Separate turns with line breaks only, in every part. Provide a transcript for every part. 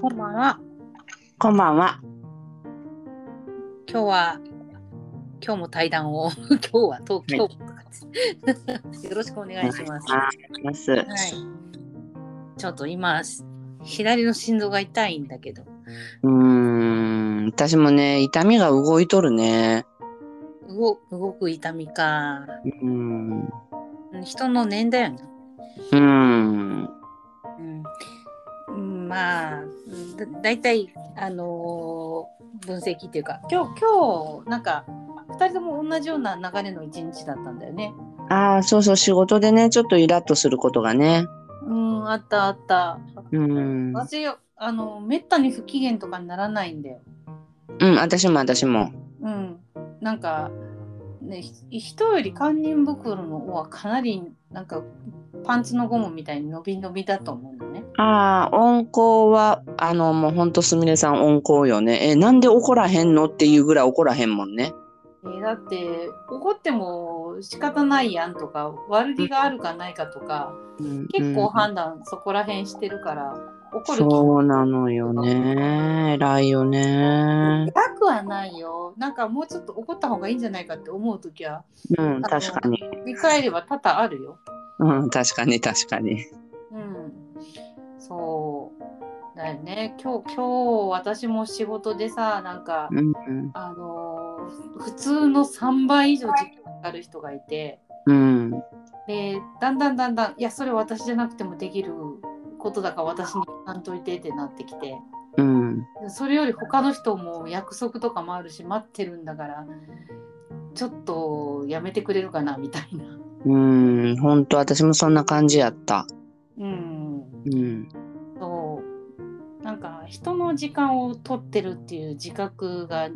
こんばんは。
こんばんは。
今日は。今日も対談を。 今日はと、今日も。 よろしくお願いします。は
あます。
い。ちょっと今。左の心臓が痛いんだけど。
うーん、私もね、痛みが動いとるね。
動動く痛みか。
うーん。う
うん人の年だよね。
ーん。
うんうん、まあだだいたいあのー分析っていうか今日今日なんか2人とも同じような流れの一日だったんだよね。
ああ、そうそう、仕事でね、ちょっとイラッとすることがね。
うんあったあった。
うーん。うん、
私あのめったに不機嫌とかにならないんだよ。
私も私も。
うん、なんか、ね、ひ人より堪忍袋の方はかなりなんかパンツのゴムみたいに伸び伸びだと思うのね。
ああ、温厚は、あの、もうほんとすみれさん温厚よね。え、なんで怒らへんのっていうぐらい怒らへんもんね。
えーだって怒っても仕方ないやんとか悪気があるかないかとか
うん
結
う
構
ん
判断そこら辺してるから怒る気
そうなのよね。偉いよね。
なくはないよなんかもうちょっと怒った方がいいんじゃないかって思う時は
うん、確かに。
振り返れば多々あるよ。
うん、確かに、確かに。
うん、そうだよね今日今日私も仕事でさなんか、
うん、うん
あのー普通の3倍以上時間かかる人がいて。
うん。
でだんだんだんだんいやそれ私じゃなくてもできることだから私に聞かんといてってなってきて
うん。
それより他の人も約束とかもあるし待ってるんだからちょっとやめてくれるかなみたいな。
うーん、本当私もそんな感じやった。
うん、
うん。
そうなんか人の時間を取ってるっていう自覚が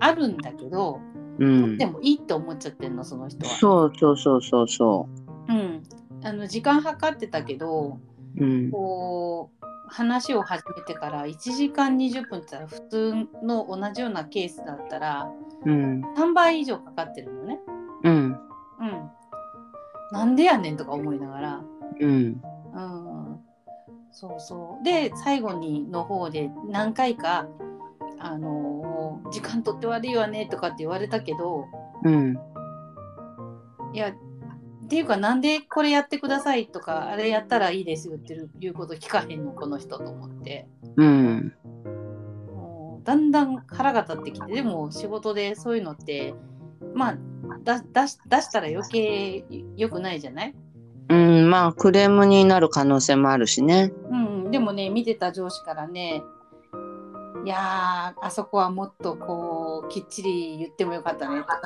あるんだけど
うん
で。もいいって思っちゃってんのその人は。
そうそうそうそうそ
うん、あの時間計ってたけど
う。うん。
こう話を始めてから1時間20分って言ったら普通の同じようなケースだったら
うん。
3倍以上かかってるのね。
うん。
うん、なんでやねんとか思いながら。
うん。
うん、そうそうで最後にの方で何回か「あのー時間取って悪いわね」とかって言われたけど
うん。
いやっていうかなんでこれやってくださいとかあれやったらいいですよっていうこと聞かへんのこの人と思って。
うん。
もうだんだん腹が立ってきてでも仕事でそういうのってまあだ出し出したら余計良くないじゃない、
うん。まあ、クレームになる可能性もあるしね。
うん、でもね見てた上司からねいやーあそこはもっとこうきっちり言ってもよかったねとか、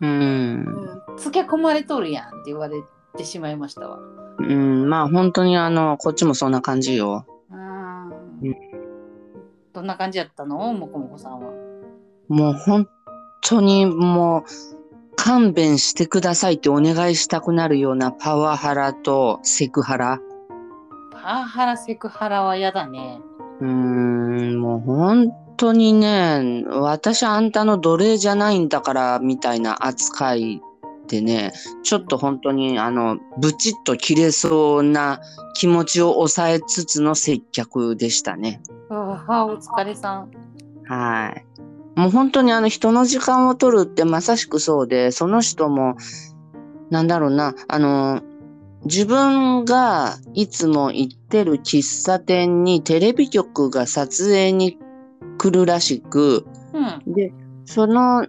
うん。
うん、つけ込まれとるやんって言われてしまいましたわ。
うん。まあ、本当にあの、こっちもそんな感じよ。
うん
うん
どんな感じやったのもこもこさんは。
もう本当にもう、勘弁してくださいってお願いしたくなるようなパワハラとセクハラ。
パワハラセクハラは嫌だね。
うーん、もう本当にね、私あんたの奴隷じゃないんだからみたいな扱いでね、ちょっと本当にあの、ブチッと切れそうな気持ちを抑えつつの接客でしたね。
うわお疲れさん。
はい。もう本当にあの人の時間を取るってまさしくそうで、その人も、なんだろうな、あの、自分がいつも行ってる喫茶店にテレビ局が撮影に来るらしく、
うん
で、その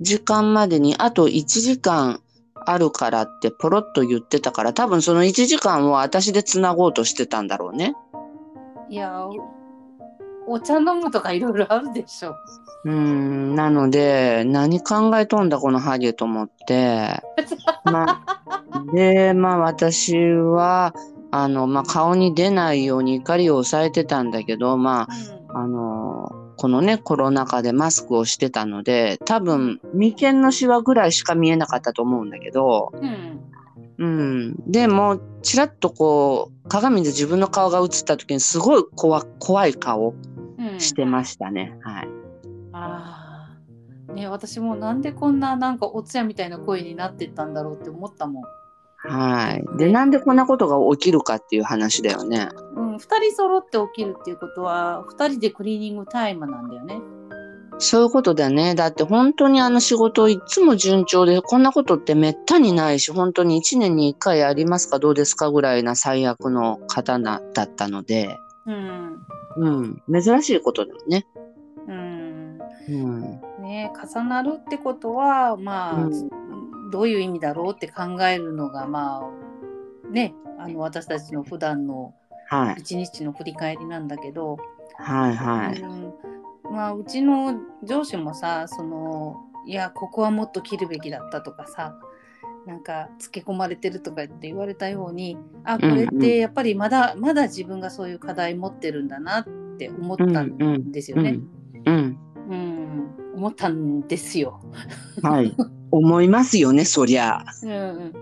時間までにあと1時間あるからってポロッと言ってたから、多分その1時間を私で繋ごうとしてたんだろうね。
いやおお茶飲むとかいろいろあるでしょ。
うーん、なので、何考えとんだこのハゲと思って。まあ、で、まあ私は、あの、まあ顔に出ないように怒りを抑えてたんだけど、まあ、あの、このね、コロナ禍でマスクをしてたので、多分、眉間のシワぐらいしか見えなかったと思うんだけど、
うん、うん、
うん。でも、ちらっとこう、鏡で自分の顔が映った時に、すごい怖怖い顔
うん。
してましたね。はい。
ああ。ね私もなんでこんななんかお通夜みたいな声になってったんだろうって思ったもん。
はい。で、なんでこんなことが起きるかっていう話だよね。
うん、 2人揃って起きるっていうことは2人でクリーニングタイムなんだよね。
そういうことだね。だって本当にあの仕事いつも順調で、こんなことってめったにないし、本当に1年に1回ありますかどうですかぐらいな最悪の方なだったので、
うん
うん、珍しいことだよね。
うん
うん、
ね、重なるってことはまあ、
うん
どういう意味だろうって考えるのがまあねあの私たちの普段の
はい、
一日の振り返りなんだけど、
はい、はい。
うんまあ、うちの上司もさそのいやここはもっと切るべきだったとかさなんかつけ込まれてるとかって言われたようにあこれっ
うんうん
てやっぱりまだ、まだ自分がそういう課題持ってるんだなって思った
うんうんん
ですよ
う
ね
ん。、うん、
うん、思ったんですよ。
はい。思いますよね、そりゃ。
うんうん、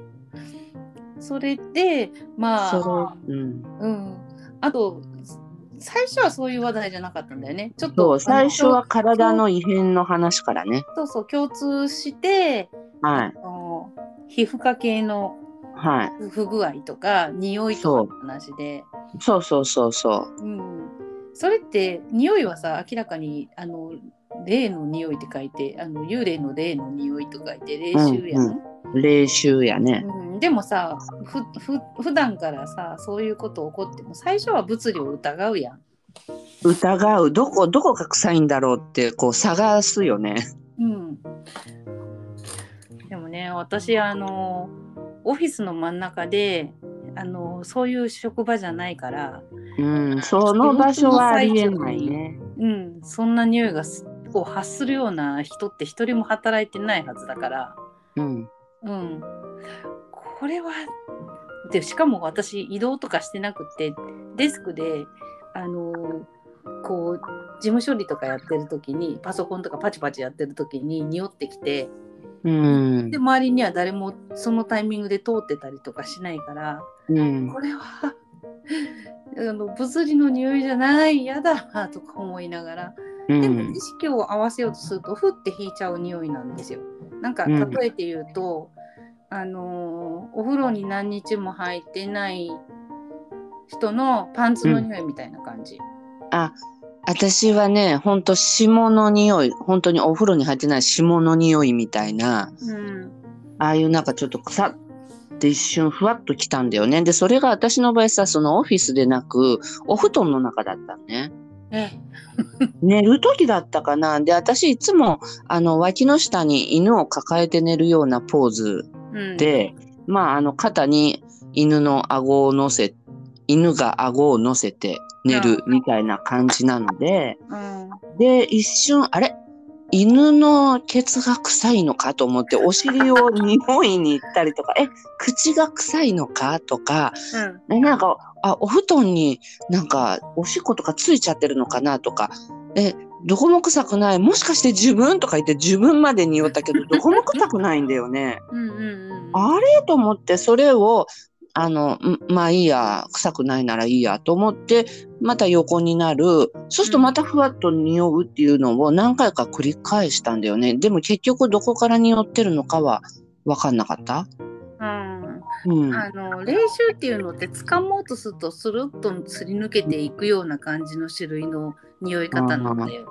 それでまあ、
れうん、
うん、あと最初はそういう話題じゃなかったんだよね。ちょっと
そう、最初
あ
は
の
体の異変の話からね。
そうそう共通して
はい、
あの皮膚科系の
はい。
不具合とか匂いとかの話で、
そうそうそうそう。
うん、それって匂いはさ明らかにあの霊の匂いって書いてあの幽霊の霊の匂いと書いて霊臭やん、
練習やね。
うん、でもさふふ普段からさそういうこと起こっても最初は物理を疑うやん。
疑う。どこ、どこが臭いんだろうって、こう探すよね。
うん、でもね私あのオフィスの真ん中であのそういう職場じゃないから、
うん、その場所はありえないね。
うん、そんな匂いがすを発するような人って一人も働いてないはずだから、
うん。
うん、これはでしかも私移動とかしてなくてデスクであのこう事務処理とかやってる時にパソコンとかパチパチやってる時に匂ってきて
うん
で。周りには誰もそのタイミングで通ってたりとかしないから
うん
これはあの物理の匂いじゃない嫌だとか思いながら
う
でも
ん
意。識を合わせようとするとふって引いちゃう匂いなんですよ。なんか
うん
例えて言うと、あのーお風呂に何日も入ってない人のパンツの匂いみたいな感じ。
あ、私はね、ほんと霜の匂い、本当にお風呂に入ってない霜の匂いみたいな、
うん
ああいうなんかちょっと腐って一瞬ふわっときたんだよね。で、それが私の場合さ、そのオフィスでなく、お布団の中だったのね。
え
寝る時だったかな。で、私いつも、あの、脇の下に犬を抱えて寝るようなポーズ
うん、
で、まあ、あの肩に犬の顎を乗せ犬が顎を乗せて寝るみたいな感じなので、
うん、
で一瞬あれ犬のケツが臭いのかと思ってお尻を匂いに行ったりとかえ口が臭いのかとかえなんかあお布団になんかおしっことかついちゃってるのかなとかえどこも臭くないもしかして自分とか言って自分まで匂っ たけどどこも臭くないんだよね。
うん、うん、うん、うん、
あれと思って、それを、あの、んまあいいや、臭くないならいいやと思って、また横になる。そうすると
うん
またふわっと匂うっていうのを何回か繰り返したんだよね。でも結局どこから匂ってるのかは分かんなかった。
うん。
うん。
あの練習っていうのって掴もうとするとスルッとすり抜けていくような感じの種類の匂い方なんだよ。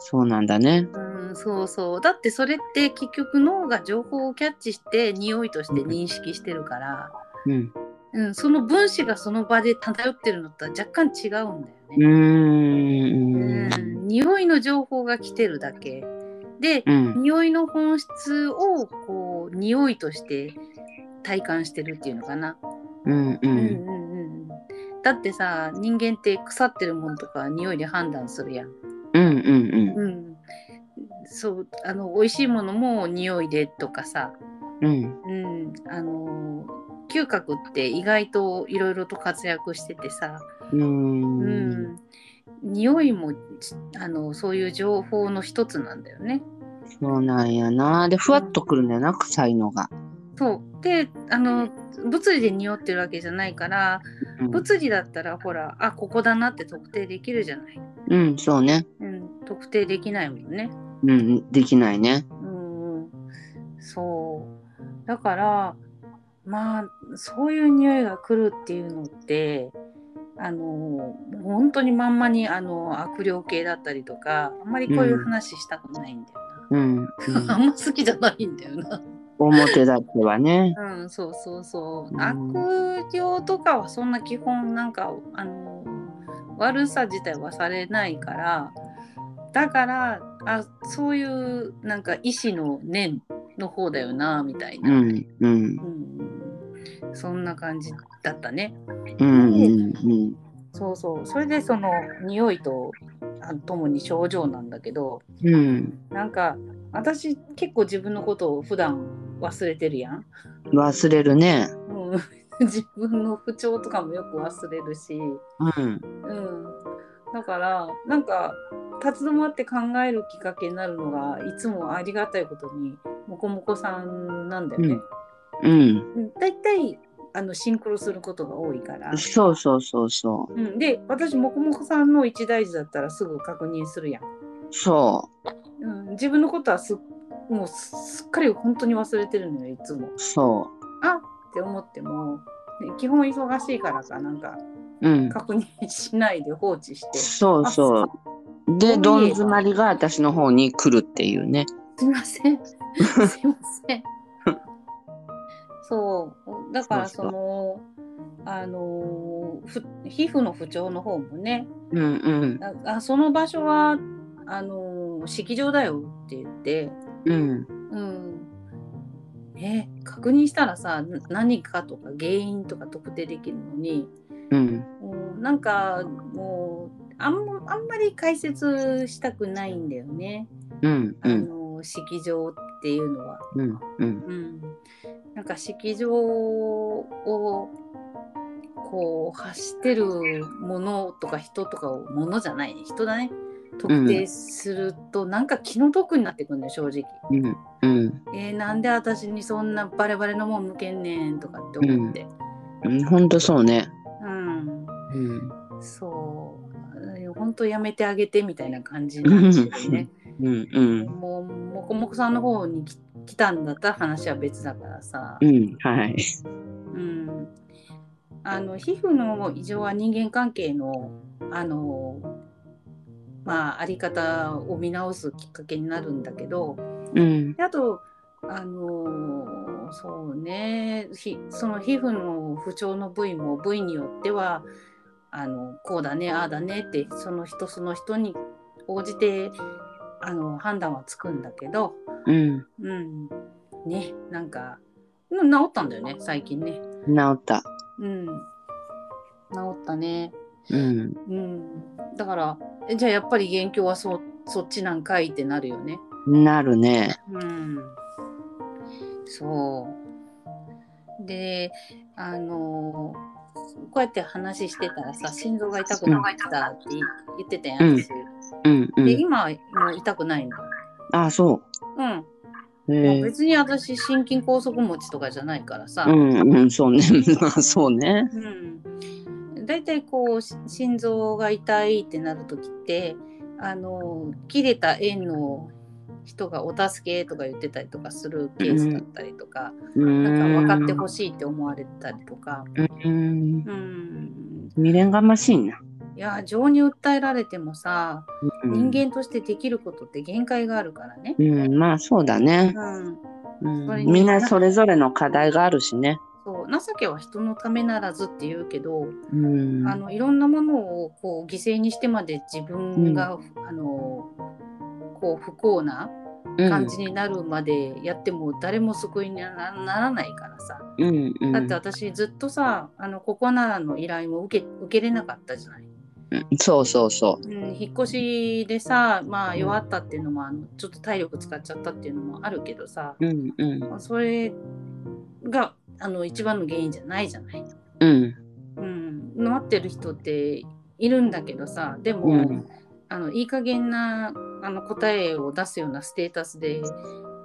そうなんだね。
うん、そうそうだってそれって結局脳が情報をキャッチして匂いとして認識してるから、
うん。
うん、その分子がその場で漂ってるのとは若干違うんだよ
うー
ね。
ん。
うん、匂いの情報が来てるだけで
うん。
匂いの本質をこう匂いとして体感してるっていうのかな。
うん。う。
うんうんんうんだってさ人間って腐ってるものとか匂いで判断するやん。
うん。うん。
うん、そうあの美味しいものも匂いでとかさ、
うん。
うん、あの嗅覚って意外といろいろと活躍しててさ、
うん。
う
うん。
ん、匂いもあのそういう情報の一つなんだよね。
そうなんやな。で、ふわっとくるんだよな、臭いのが。
そうであの物理で匂ってるわけじゃないから
うん
物理だったらほらあここだなって特定できるじゃない、
うん、そうね。
うん、特定できないもんね。
うん、できないね。
うんうんそうだからまあそういう匂いが来るっていうのってあの本当にまんまにあの悪霊系だったりとかあんまりこういう話したくないんだよ
うん、うん
な、あんま好きじゃないんだよな
表だってはね。
うんそうそうそう、
うん
悪霊とかはそんな基本なんかあの悪さ自体はされないからだからあそういうなんか意志の念の方だよなみたいうな、
ん、うん、
うん、そんな感じだったね
うん、うん、うん。
そうそうそれでその匂いとあともに症状なんだけど
うん、
なんか私結構自分のことを普段忘れてるやん、
忘れるね。
うん、 自分の不調とかもよく忘れるし、
うん、
うん、だからなんか立ち止まって考えるきっかけになるのがいつもありがたいことにもこもこさんなんだよね。
うん、
うん、だいたいあのシンクロすることが多いから。
そうそうそうそう、
うん、で私もこもこさんの一大事だったらすぐ確認するやん。
そ
うん、自分のことはすもうすっかり本当に忘れてるのよいつも。
う、そ
あって思っても、ね基本忙しいからかなんか
う、うん、
確認しないで放置して「す
そうそう。
そういえ
で、
ば
どん詰まりが私の方に来るっていうね。
いませ んすいません」そうだからそのあのーふ皮膚の不調の方もね
うんうん
ああその場所はあのー式場だよって言って、
うん
うんね、確認したらさな何かとか原因とか特定できるのに、
うん
うん、なんかもうあんまあんまり解説したくないんだよね、
うんう
あ
ん
の式場っていうのは。
うんうん
うん、なんか式場をこう走ってるものとか人とかをものじゃないね人だね特定すると、なんか気の毒になってくるんだよ正直。
うんうん
えーなんで私にそんなバレバレのもん向けんねんとかって思って。
うんほんとそうね。
うん
うん
そうえー本当やめてあげてみたいな感じなんですよね。
うんうん
もうもこもこさんの方にき来たんだったら話は別だからさ、
うんはい。
うん、あの皮膚の異常は人間関係のあのまああり方を見直すきっかけになるんだけど
うん
であとあのそうねひその皮膚の不調の部位も部位によってはあのこうだねああだねってその人その人に応じてあの判断はつくんだけど、
うん
うん、ねなんかうん治ったんだよね最近ね。
治った。
うん。治ったね。
うん
うん。だから、えじゃあやっぱり元凶はそそっちなんかいってなるよね。
なるね。
うん。そう。で、あの、こうやって話してたらさ、心臓が痛くなってきたって言ってたや、
うんん
私
うんう
で、
ん。
今はもう痛くないの。
あそ
うん。
う。
も
へ
う
え。
別に私、心筋梗塞持ちとかじゃないからさ。
うんうんそうね。まあそうね。
うん、大体こうし心臓が痛いってなる時ってあの切れた縁の人が「お助け」とか言ってたりとかするケースだったりとか、
うん。
なんか分かってほしいって思われたりとか、
うん。
うん、
未練がましいな。
いや情に訴えられてもさ、
うん
人間としてできることって限界があるからね。
うんまあそうだね。
うん、
うん
それに
みんなそれぞれの課題があるしね。
そう情けは人のためならずって言うけど、
うん
あのいろんなものをこう犠牲にしてまで自分が、あのこう不幸な感じになるまでやっても誰も救いにはなならないからさ、
うんうん
だって私ずっとさあのここならの依頼も受け受けれなかったじゃない、
そうそうそ
うん、引っ越しでさまあ弱ったっていうのもあのちょっと体力使っちゃったっていうのもあるけどさ
う。うんうん
それがあの一番の原因じゃないじゃない、
うん
うん、なってる人っているんだけどさでも、
うん
あのいい加減なあの答えを出すようなステータスで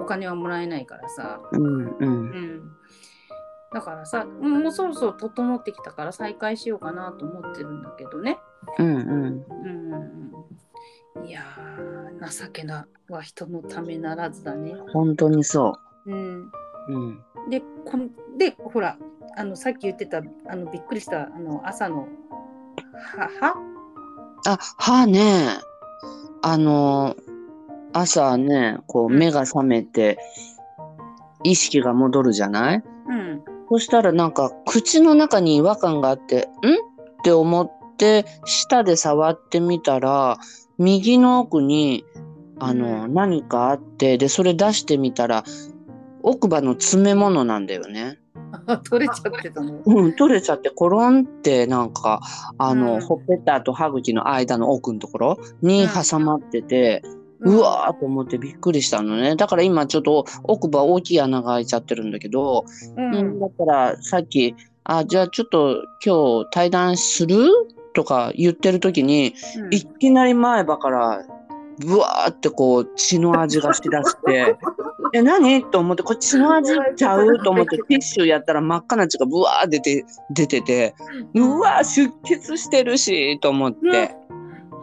お金はもらえないからさ、
うんう
うんん、だからさうんもうそろそろ整ってきたから再開しようかなと思ってるんだけどね、
うん
うん、いやー情けなは人のためならずだね、
本当にそ
うん、
う。うん
でこんでほらあのさっき言ってたあのびっくりしたあの朝のはは
あ、歯ね、あの、朝ね、こう
うん
目が覚めて、意識が戻るじゃない
うん
そしたらなんか口の中に違和感があって、んって思って、舌で触ってみたら、右の奥に、あの、
う
何かあって、で、それ出してみたら、奥歯の詰め物なんだよね。
あ 取れちゃってたの
うん、取れちゃって、コロンって、なんか、あの、
うん
ほっぺたと歯茎の間の奥のところに挟まってて、
うん
うわーと思ってびっくりしたのね。だから今ちょっと奥歯大きい穴が開いちゃってるんだけど、
う
うん
ん
だからさっき、あ、じゃあちょっと今日対談するとか言ってる時に、
うん
いきなり前歯から、ぶわーってこう血の味がしだ して、え、何と思って、これ血の味ちゃうと 思って、ティッシュやったら真っ赤な血がぶわー出て、出てて、うわー出血してるし、と思って。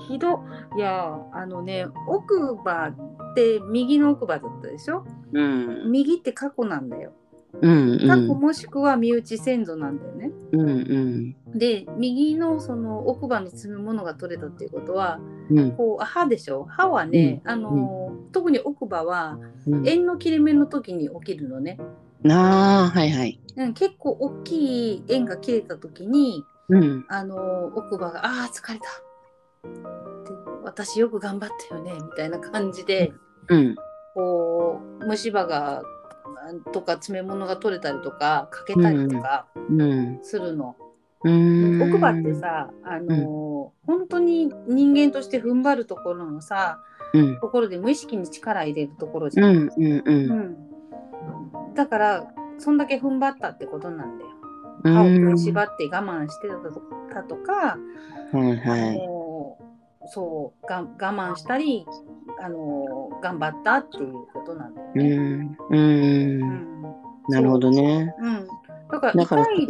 ひどいやあのね奥歯って右の奥歯だったでしょ
うん。
右って過去なんだよ
うんう
過去
ん。
もしくは身内先祖なんだよね、
うんうん。
で右のその奥歯の詰め物が取れたっていうことは
うん
こう歯でしょ歯はね、あのー特に奥歯は
うん。
縁の切れ目の時に起きるのね、
なあ、はいはい。
うん、結構大きい縁が切れた時に
うん。
あのー奥歯が「あー疲れた」って「私よく頑張ったよね」みたいな感じで
うん。
こう虫歯がとか詰め物が取れたりとか欠けたりとか
うん。
するの。
うん。
奥歯ってさ、あのー本当に人間として踏ん張るところのさ
うん。
ところで無意識に力入れるところじ
う
ゃん、
ん。うん。う。
うんんだからそんだけ踏ん張ったってことなんだよ。
うん。
歯を食いしばって我慢してたとか、
はいは
あ
い。
のーそうが我慢したり、あのー頑張ったっていうことなんだよ
う
ね。
ん。うん
う。ん
なるほどね。
うん、だから
だから
痛い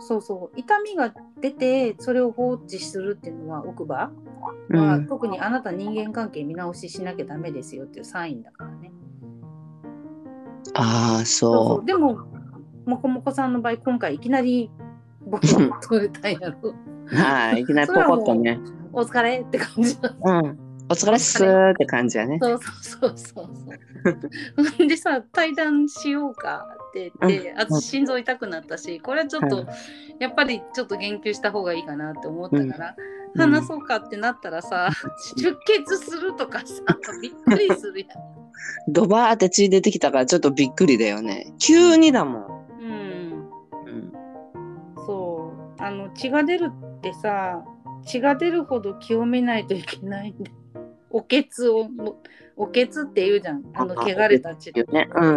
そうそう痛みが出てそれを放置するっていうのは奥歯は、
うん。
特にあなた人間関係見直ししなきゃダメですよっていうサインだからね。
あ
そ
あ、
うそ
そう
でももこもこさんの場合今回いきなりボコッと取れたんやろ
う。はい。いきなりポコッとね。
お疲れって感じだ
うん。お疲れっすーって感じやね。
そうそうそうそう そう。でさ対談しようかって言って、あと心臓痛くなったしこれはちょっと、
は
やっぱりちょっと言及した方がいいかなって思ったから、
うん
話そうかってなったらさ、出血するとかさびっくりするやん。
ドバーって血出てきたからちょっとびっくりだよね。急にだもん。
うん、
うん。
そうあの血が出るってさ血が出るほど清めないといけないんだおけつをおけつって言うじゃんあの
あ
汚れた血
よね。うんうん。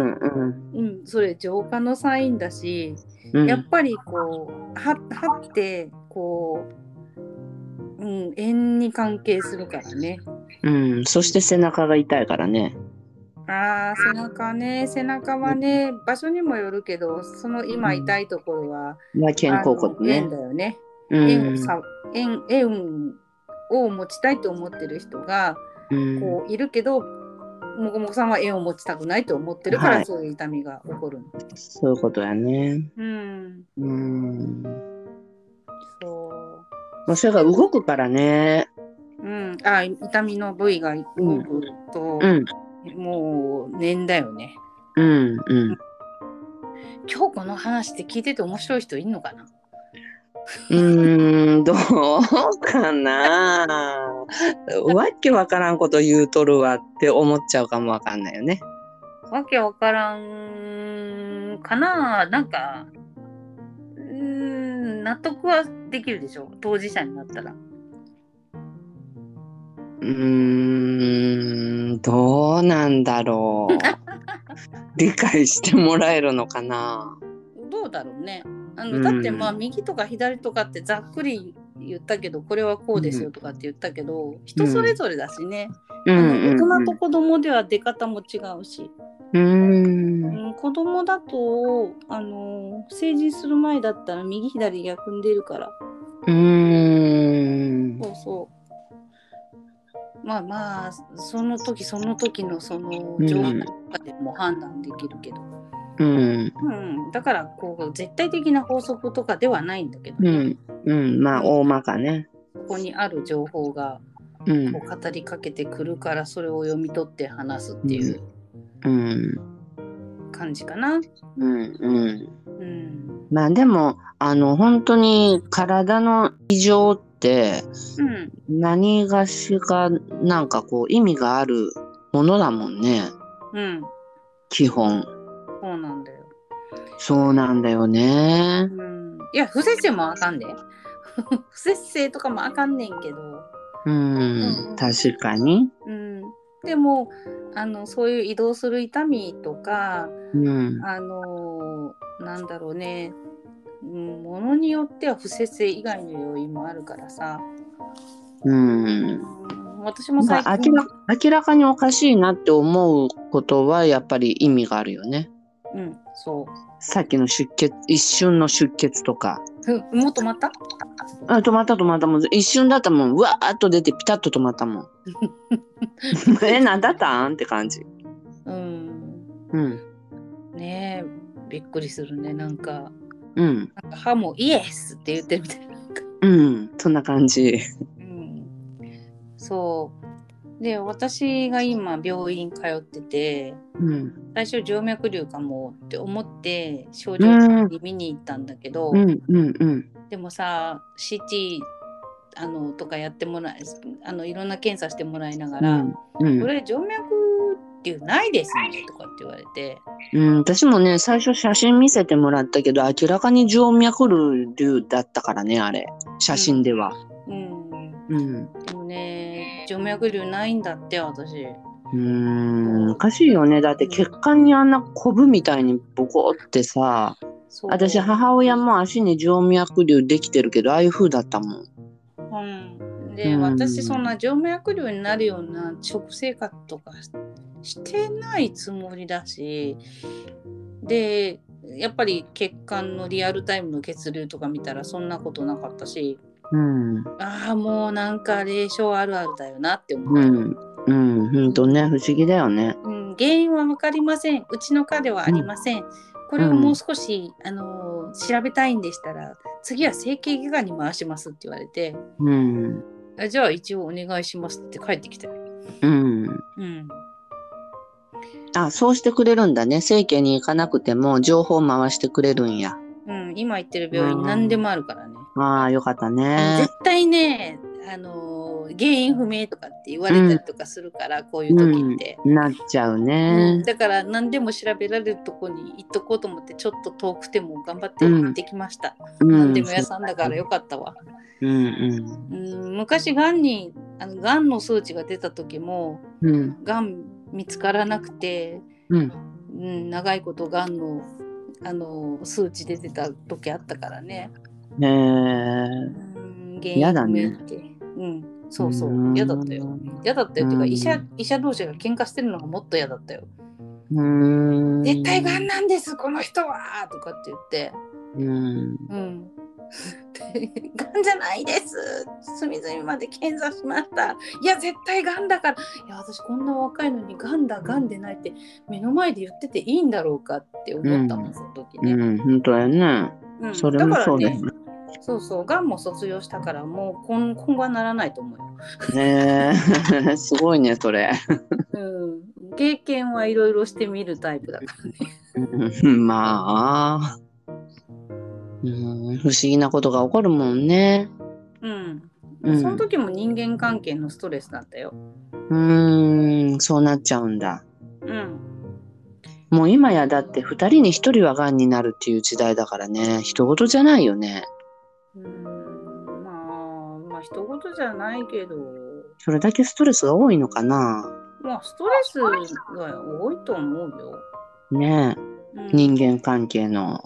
うん、それ浄化のサインだし
うん。
やっぱりこう歯歯ってこう、うん、縁に関係するからね。
うん。そして背中が痛いからね。
あー背中ね背中はね場所にもよるけどその今痛いところは、
まあ肩甲骨
あの
ね
縁。だよね。縁
うん
を。さ縁縁を持ちたいと思ってる人が
うん。
こういるけど、もこもこさんは縁を持ちたくないと思ってるから、
はい
そういう痛みが起こるの。
そういうことやね。
うん、
うん。
そう
まあ、それが動くからね。
うん、あ痛みの部位が動くと、
うん。
もう年だよね。
うん。うん。
今日この話って聞いてて面白い人いんのかな
うーん、どうかな。わけわからんこと言うとるわって思っちゃうかもわかんないよね。
わけわからんかななんかうーん納得はできるでしょ当事者になったら。
うーん、どうなんだろう。理解してもらえるのかな。
どうだろうねあ
う
の
ん
だってまあ右とか左とかってざっくり言ったけどこれはこうですよとかって言ったけど、人それぞれだしね、
うん
あの
う
大
ん
人と子供では出方も違うし。
うん。うーん。
うん、子供だとあの成人する前だったら右左逆に出るから
うーん。
そうそうまあまあその時その時のその
うん
情報とかでも判断できるけど、
ううん。
うん、だからこう絶対的な法則とかではないんだけど、
う
ね
ん。うん。まあ、大まかね。
そこにある情報が
うん
こ。う語りかけてくるからそれを読み取って話すっていう
うん。
感じかな。
うん。うん。
うん
まあ、でも、あの、本当に体の異常って、
うん、
何がしか、なんかこう、意味があるものだもんね。
うん、
基本。
そうなんだよ。
そうなんだよね。
うん、いや不摂生もあかんで、 不摂生とかもあかんねんけど、
うん。確かに。
うん、でもあのそういう移動する痛みとか
うん。
あのなんだろうねうんものによっては不摂生以外の要因もあるからさ、
うん。
うん、私も
ま
最
あ、
近、
明ら明らかにおかしいなって思うことはやっぱり意味があるよね。
うん、そう
さっきの出血一瞬の出血とか
ふもっと待った
あ止まった止まったもう一瞬だったもんうわーっと出てピタッと止まったもんえなんだったんって感じ
うん
うん
ねえびっくりするねなんか
うん
なんか歯もイエスって言ってるみたいな、
うんそんな感じ
うん、そうで私が今病院通ってて
うん
最初静脈瘤かもって思って症状を見に行ったんだけど、
うんうんうん
でもさ CT あのとかやってもらえあのいろんな検査してもらいなが
う
ら「
ん
これ静脈瘤ないですね」とかって言われて
うん、私もね最初写真見せてもらったけど明らかに静脈瘤だったからねあれ写真では、
うん
うん、
でもね静脈瘤ないんだって私
うーんおかしいよねだって血管にあんなコブみたいにボコってさ
そう
私母親も足に静脈瘤できてるけどああいう風だったもん
うん、で、
うん
私そんな静脈瘤になるような食生活とかしてないつもりだしでやっぱり血管のリアルタイムの血流とか見たらそんなことなかったし
うん
ああもうなんか霊障あるあるだよなって思
う
う、
んうんほんとね不思議だよね
うん原因は分かりませんうちの科ではありません、これをもう少し、あのー調べたいんでしたら次は整形外科に回しますって言われて
うん
あじゃあ一応お願いしますって帰ってきたよ
うん
うん
あそうしてくれるんだね整形に行かなくても情報回してくれるんや
うん、今行ってる病院
うん
何でもあるからね。
ああよかったね
絶対ね、あのー原因不明とかって言われたりとかするから、こういう時って。
なっちゃう
うん
ね
だから何でも調べられるとこに行っとこうと思ってちょっと遠くても頑張って
うん
行ってきました、
うん
何でも屋さんだからよかったわ、
うんうん
うん、昔がんにあのがんの数値が出た時も
うん
がん見つからなくて、
うん
うん、長いことがんのあのー数値出てた時あったからね、
へえ
うん
嫌だね。
原因不明ってうん、そうそうう、
ん
嫌だったよ。嫌だったよっていうか、
うん
医者、医者同士が喧嘩してるのがもっと嫌だったよ。
うーん
絶対がんなんです、この人はとかって言って、
うん
うん。 がんじゃないです隅々まで検査しましたいや絶対がんだからいや私こんな若いのにがんだがんでないって目の前で言ってていいんだろうかって思ったもん、
うん
その時ね、
うん、本当やね。
うん
それもそうだよ
だからねそうそうがんも卒業したからもう今今後はならないと思うよ
ねえ、 すごいね、それ。
うん、経験はいろいろしてみるタイプだからね。
うんまあ、うん、不思議なことが起こるもんね。
うん。
うん
その時も人間関係のストレスだったよ。
うーん、そうなっちゃうんだ。
うん。
もう今やだって二人に一人はがんになるっていう時代だからね、人事じゃないよね。
うんまあ、まあ、人事じゃないけど、
それだけストレスが多いのかな。
まあ、ストレスが多いと思うよ。
ね
うん、
え、人間関係の。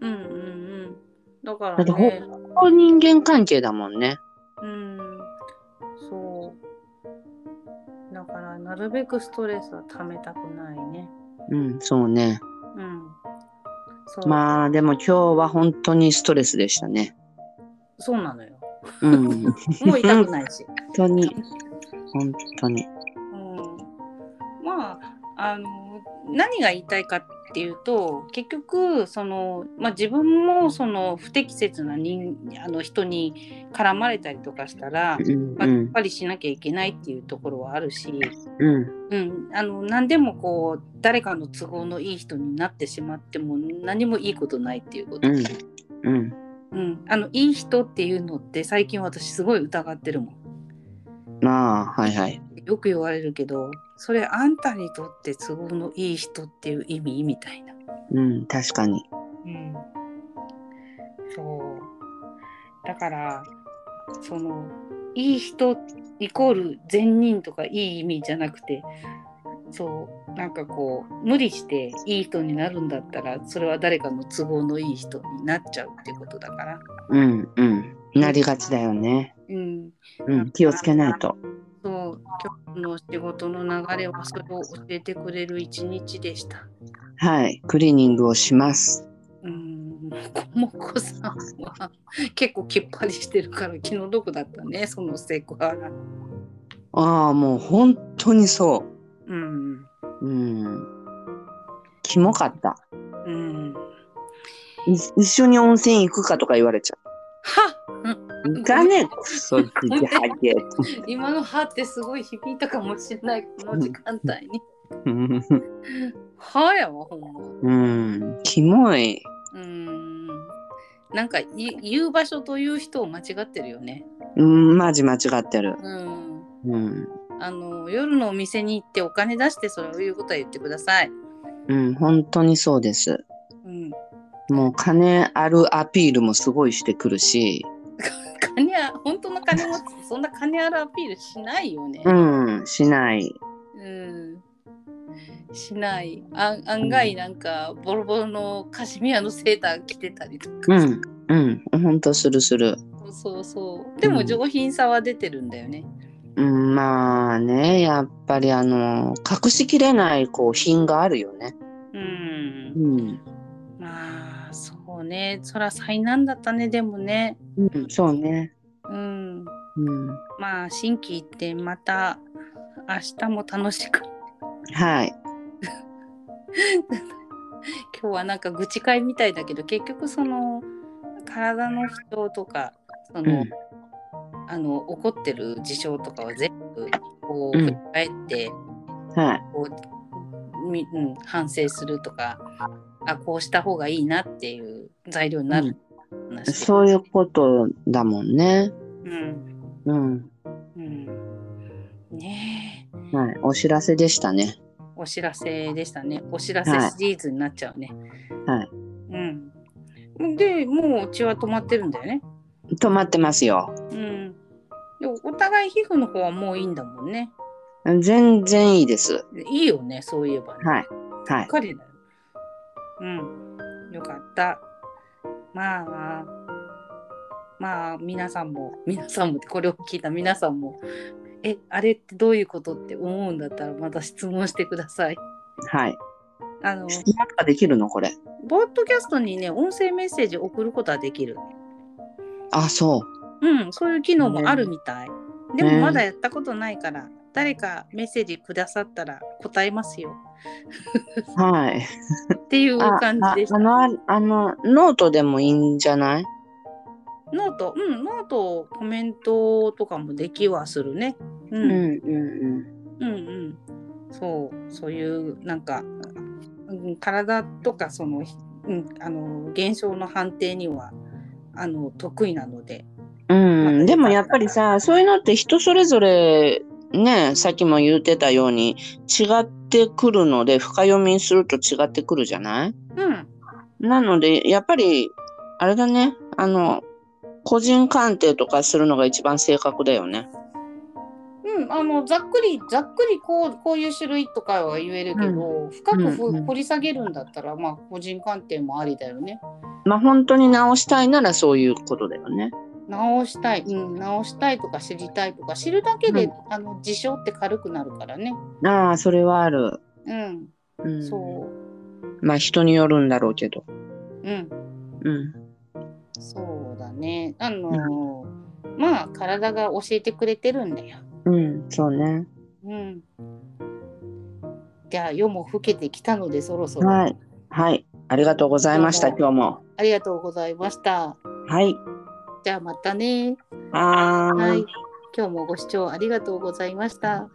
うんうんうん。だか
だ
ら
ってほ
ね、
ここ人間関係だもんね。
うん、そう。だから、なるべくストレスは溜めたくないね。
うん、そうね。
うん。そう、
まあでも今日は本当にストレスでしたね。
そうなのよ。
うん、本
もう痛くないし。
当に、本当に。
うんまああの何が言いたいかっていうと結局その、まあ、自分もその不適切な人あの人に絡まれたりとかしたら、
うん
まあ、
う
やっ
ん
ぱりしなきゃいけないっていうところはあるし、
うん
うん、あの何でもこう誰かの都合のいい人になってしまっても何もいいことないっていうこと、
うんうん
うん、あのいい人っていうのって最近私すごい疑ってるもん。
まあはいはい
よく言われるけどそれあんたにとって都合のいい人っていう意味みたいな。
うん確かに
うん、そうだからそのいい人イコール善人とかいい意味じゃなくてそうなんかこう無理していい人になるんだったらそれは誰かの都合のいい人になっちゃうってことだから。
うんうんなりがちだよね
うん、
うん気をつけないと
そう今日の仕事の流れはそれを教えてくれる一日でした。
はいクリーニングをします
うーん、もこさんは結構きっぱりしてるから気の毒だったね、そのセクハラ。
ああもう本当にそ
うん、
ううんキモかった
うん。
い一緒に温泉行くかとか言われちゃ
はっ
う行かねえクソじじはげ
今の「は」ってすごい響いたかもしれない、この時間帯に。
うん
はやわ、ほんま。
うんキモいう
ーん。なんかい言う場所という人を間違ってるよね。
うんマジ間違ってる
うん。
うん
あの夜のお店に行ってお金出してそれを言うことは言ってください。
うん本当にそうです
うん。
もう金あるアピールもすごいしてくるし
金は本当の金持ちってそんな金あるアピールしないよね。
うんしない
うんしないあ案外なんかボロボロのカシミヤのセーター着てたりとか、
うんうん本当するする
そうそうそうでも上品さは出てるんだよね、
うんまあねやっぱりあの隠しきれないこう品があるよね
うん
うん、
まあそうねそら災難だったねでもね
うん、そうね
うん
うん
まあ心機一転また明日も楽しく
はい
今日はなんか愚痴会みたいだけど結局その体の不調とかその、
うん
あの起こってる事象とかを全部こう
うん
振り返って、
はい
こうみうん、反省するとかあこうした方がいいなっていう材料になる話、
そういうことだもんね
うん
うん
うん、ねえ
はいお知らせでしたね
お知らせでしたねお知らせ
はい
シリーズになっちゃうね
はい
うんでもう血は止まってるんだよね
止まってますよ
うんでお互い皮膚の方はもういいんだもんね
全然いいです
いいよねそういえばね
はいはい
彼だよ。うん。よかった。まあ、まあ、皆さんも、皆さんも、これを聞いた皆さんも、え、あれってどういうことって思うんだったら、また質問してください。
はい
あ の、
質問とかできるのこれ
ボッドキャストにね、音声メッセージ送ることはできる。
あそ
うん、そういう機能もあるみたい。でも、
ね
まだやったことないから、誰かメッセージくださったら答えますよ。
うはい
っていう
あ
感じ
あ
でした。
あのああのノートでもいいんじゃない
ノート、うん、ノート、コメントとかもできはするね。う、
うんん
うん、
う
う
ん
ん。そう、そういう、なんか、うん、体とか、その、うん、あの、現象の判定には、あの、得意なので。
うんうんでもやっぱりさそういうのって人それぞれねさっきも言ってたように違ってくるので深読みすると違ってくるじゃない
うん、
なのでやっぱりあれだねあの個人鑑定とかするのが一番正確だよね。
うん、あの、ざっくり、ざっくり、こう、こういう種類とかは言えるけど、深くふ
うんうん
掘り下げるんだったら、まあ、個人鑑定もありだよね。
まあ本当に直したいならそういうことだよね。
直したい、うん、直したいとか知りたいとか、知るだけで、
うん
あの、事象って軽くなるからね。
ああそれはある。
うん。
うん、
そう、
まあ人によるんだろうけど。
うん、
うん、
そうだね。あのーまあ体が教えてくれてるんだよ。
うん、そうね。
うん。じゃあ夜も更けてきたのでそろそろ、
はい。はい。ありがとうございました、今日も。
ありがとうございました。
はい。
じゃあまたね。
はー
はい。今日もご視聴ありがとうございました。